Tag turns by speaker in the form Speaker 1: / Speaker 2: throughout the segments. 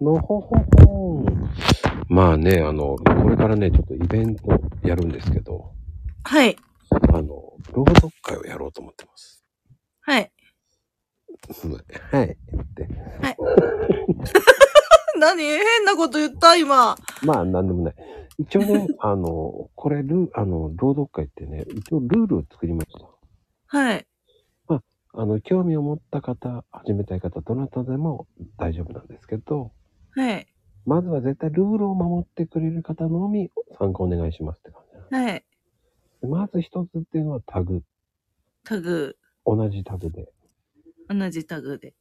Speaker 1: のほほほーまあね、あの、これからね、ちょっとイベントやるんですけど、
Speaker 2: はい。
Speaker 1: あの、朗読会をやろうと思ってます。
Speaker 2: はい。
Speaker 1: すいませ んはい。
Speaker 2: 何変なこと言った今。
Speaker 1: まあ、なんでもない。一応 ね、あの、これ、ルー、あの、朗読会ってね、一応ルールを作りました。
Speaker 2: はい。
Speaker 1: あの、興味を持った方、始めたい方、どなたでも大丈夫なんですけど、
Speaker 2: はい。
Speaker 1: まずは絶対ルールを守ってくれる方のみ参加お願いしますって感じなんで
Speaker 2: はい。
Speaker 1: す。まず一つっていうのはタグ。
Speaker 2: タグ、
Speaker 1: 同じタグで。
Speaker 2: 同じタグで。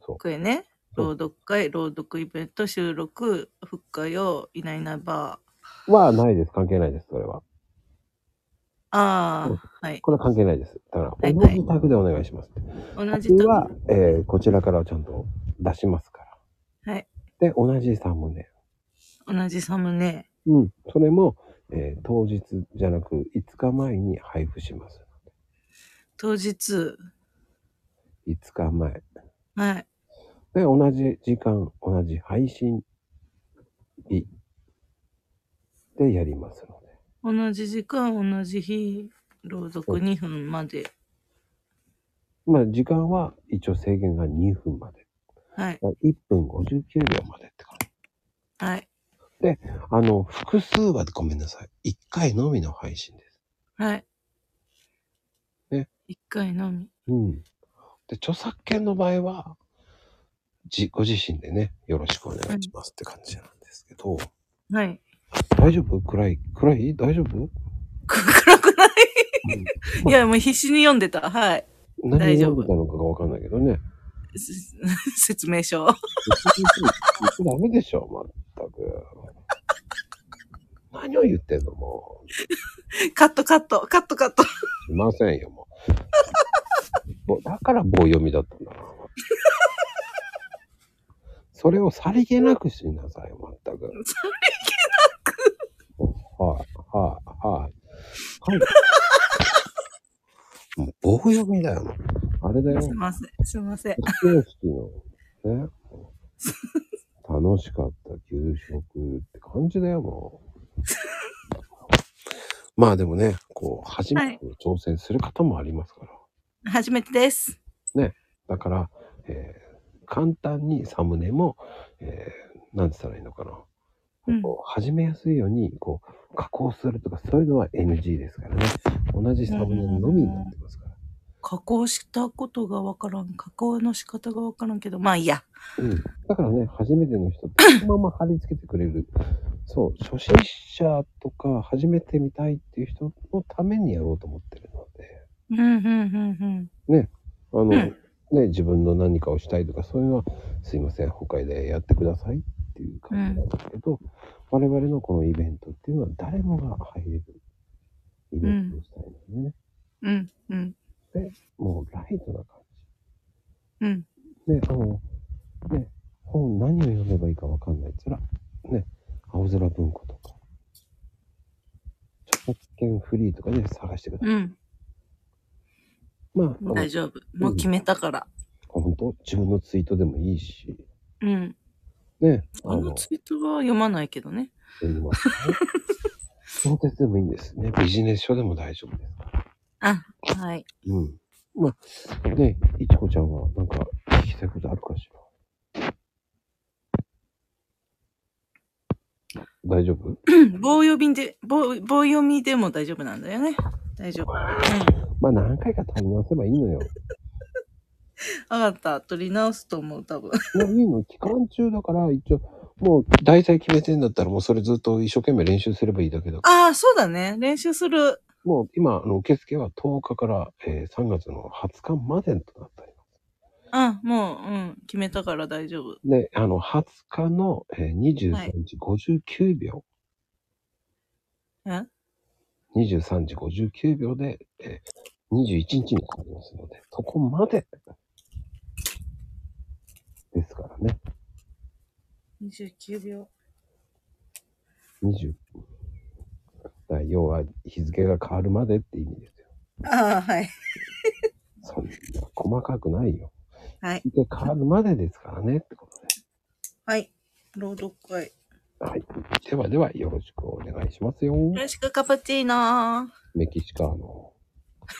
Speaker 1: そう
Speaker 2: これね。
Speaker 1: そう
Speaker 2: 朗読会、朗読イベント、収録、復活をいないいないば
Speaker 1: はないです。関係ないです。それは。
Speaker 2: ー。ああ、はい。
Speaker 1: これは関係ないです。だか
Speaker 2: は
Speaker 1: ら、
Speaker 2: い
Speaker 1: 同じタグでお願いします。
Speaker 2: 同じ
Speaker 1: タグ
Speaker 2: タ
Speaker 1: は、えーこちらからちゃんと出しますから。
Speaker 2: はい。
Speaker 1: で、同じサムネ。
Speaker 2: グ、同じサムネ。
Speaker 1: うん。それも、えー当日じゃなく、5日前に配布します。
Speaker 2: 当日。
Speaker 1: 5日前。
Speaker 2: はい。
Speaker 1: で、同じ時間、同じ配信日でやりますので。
Speaker 2: 同じ時間、同じ日。朗読2分まで。
Speaker 1: まあ、時間は一応制限が2分まで。
Speaker 2: はい。
Speaker 1: 1分59秒までって感じ。
Speaker 2: はい。
Speaker 1: あの、複数はごめんなさい。1回のみの配信です。
Speaker 2: はい。
Speaker 1: ね
Speaker 2: 一回のみ。
Speaker 1: うん。で、著作権の場合は、じ、ご自身でね、よろしくお願いしますって感じなんですけど、
Speaker 2: はい。
Speaker 1: 大丈夫暗い暗い大丈夫
Speaker 2: く暗くない
Speaker 1: うん
Speaker 2: いや、もう必死に読んでた。はい。
Speaker 1: 何
Speaker 2: 大
Speaker 1: を
Speaker 2: 丈
Speaker 1: 読
Speaker 2: 夫
Speaker 1: んでたのかがわかんないけどね。
Speaker 2: す説明書。は
Speaker 1: ダメでしょ、まったく。何を言ってんの、もう。
Speaker 2: いカットカット、カットカット。
Speaker 1: すいませんよ、もう。 もうだから棒読みだったんだな。 それをさりげなくしなさい、まったく。はい、はい、はい。はい。もう棒読みだよ、もう。あれだよ
Speaker 2: すい。ません、すいません。
Speaker 1: 卒業式の、ね。楽しかった給食って感じだよ、も う。まあでもね、こう、初めての挑戦する方もありますから。
Speaker 2: 初めてです。
Speaker 1: だから、えー簡単にサムネも、えー、なんて言ったらいいのかな。
Speaker 2: うん
Speaker 1: こう始めやすいように、こう、加工するとか、そういうのは NG ですからね。同じサムネのみになってますから。
Speaker 2: 加工したことがわからん。加工の仕方がわからんけど、まあいいや。
Speaker 1: うんだからね、初めての人って、そのまま貼り付けてくれる。そう、初心者とか、初めてみたいっていう人のためにやろうと思ってるので、
Speaker 2: うん、うん、うん、
Speaker 1: あの、
Speaker 2: ん
Speaker 1: ね、自分の何かをしたいとか、そういうのは、すいません、他でやってくださいっていう感じなんだけど、我々のこのイベントっていうのは、誰もが入れるイベントをしたいのでね、
Speaker 2: うん。うん、うん、
Speaker 1: もうライトな感じ。
Speaker 2: うん。
Speaker 1: ね、あの、ね、本何を読めばいいかわかんないっつら、ね、青空文庫とか、著作権フリーとかで探してください。
Speaker 2: うん、
Speaker 1: まあ、あの
Speaker 2: 大丈夫。もう決めたから。
Speaker 1: 本当自分のツイートでもいいし、
Speaker 2: うん。
Speaker 1: ね、あ
Speaker 2: あの
Speaker 1: の、
Speaker 2: ツイートは読まないけどね。
Speaker 1: 読みますね。小説でもいいんですね。ビジネス書でも大丈夫ですから。
Speaker 2: あ、はい。
Speaker 1: うん。まあ、ね、いちこちゃんはなんか聞きたいことあるかしら大丈夫
Speaker 2: うん棒読みで、棒、棒読みでも大丈夫なんだよね。大丈夫。うん。
Speaker 1: まあ何回か取り直せばいいのよ。
Speaker 2: わかった。取り直すと思う、多分。
Speaker 1: もういいの期間中だから一応、もう題材決めてんだったらもうそれずっと一生懸命練習すればいいだけど、
Speaker 2: ああ、そうだね。練習する。
Speaker 1: もう今、あの受付は10日から、えー3月の20日までとなったり。
Speaker 2: あ、もう、うん、決めたから大丈夫。
Speaker 1: で、あの、20日の、えー23時59秒、
Speaker 2: え
Speaker 1: 23時59秒で、えー21日に変わりますので、そこまで。ですからね。
Speaker 2: ?29 秒。
Speaker 1: 20。だから要は日付が変わるまでって意味ですよ。
Speaker 2: ああ、はい。
Speaker 1: そんな細かくないよ。
Speaker 2: はい。
Speaker 1: で、変わるまでですからねってことで。
Speaker 2: はい。朗読会。
Speaker 1: はい。ではではよろしくお願いしますよ。
Speaker 2: よろしく、カプチーノー。
Speaker 1: メキシカーノ。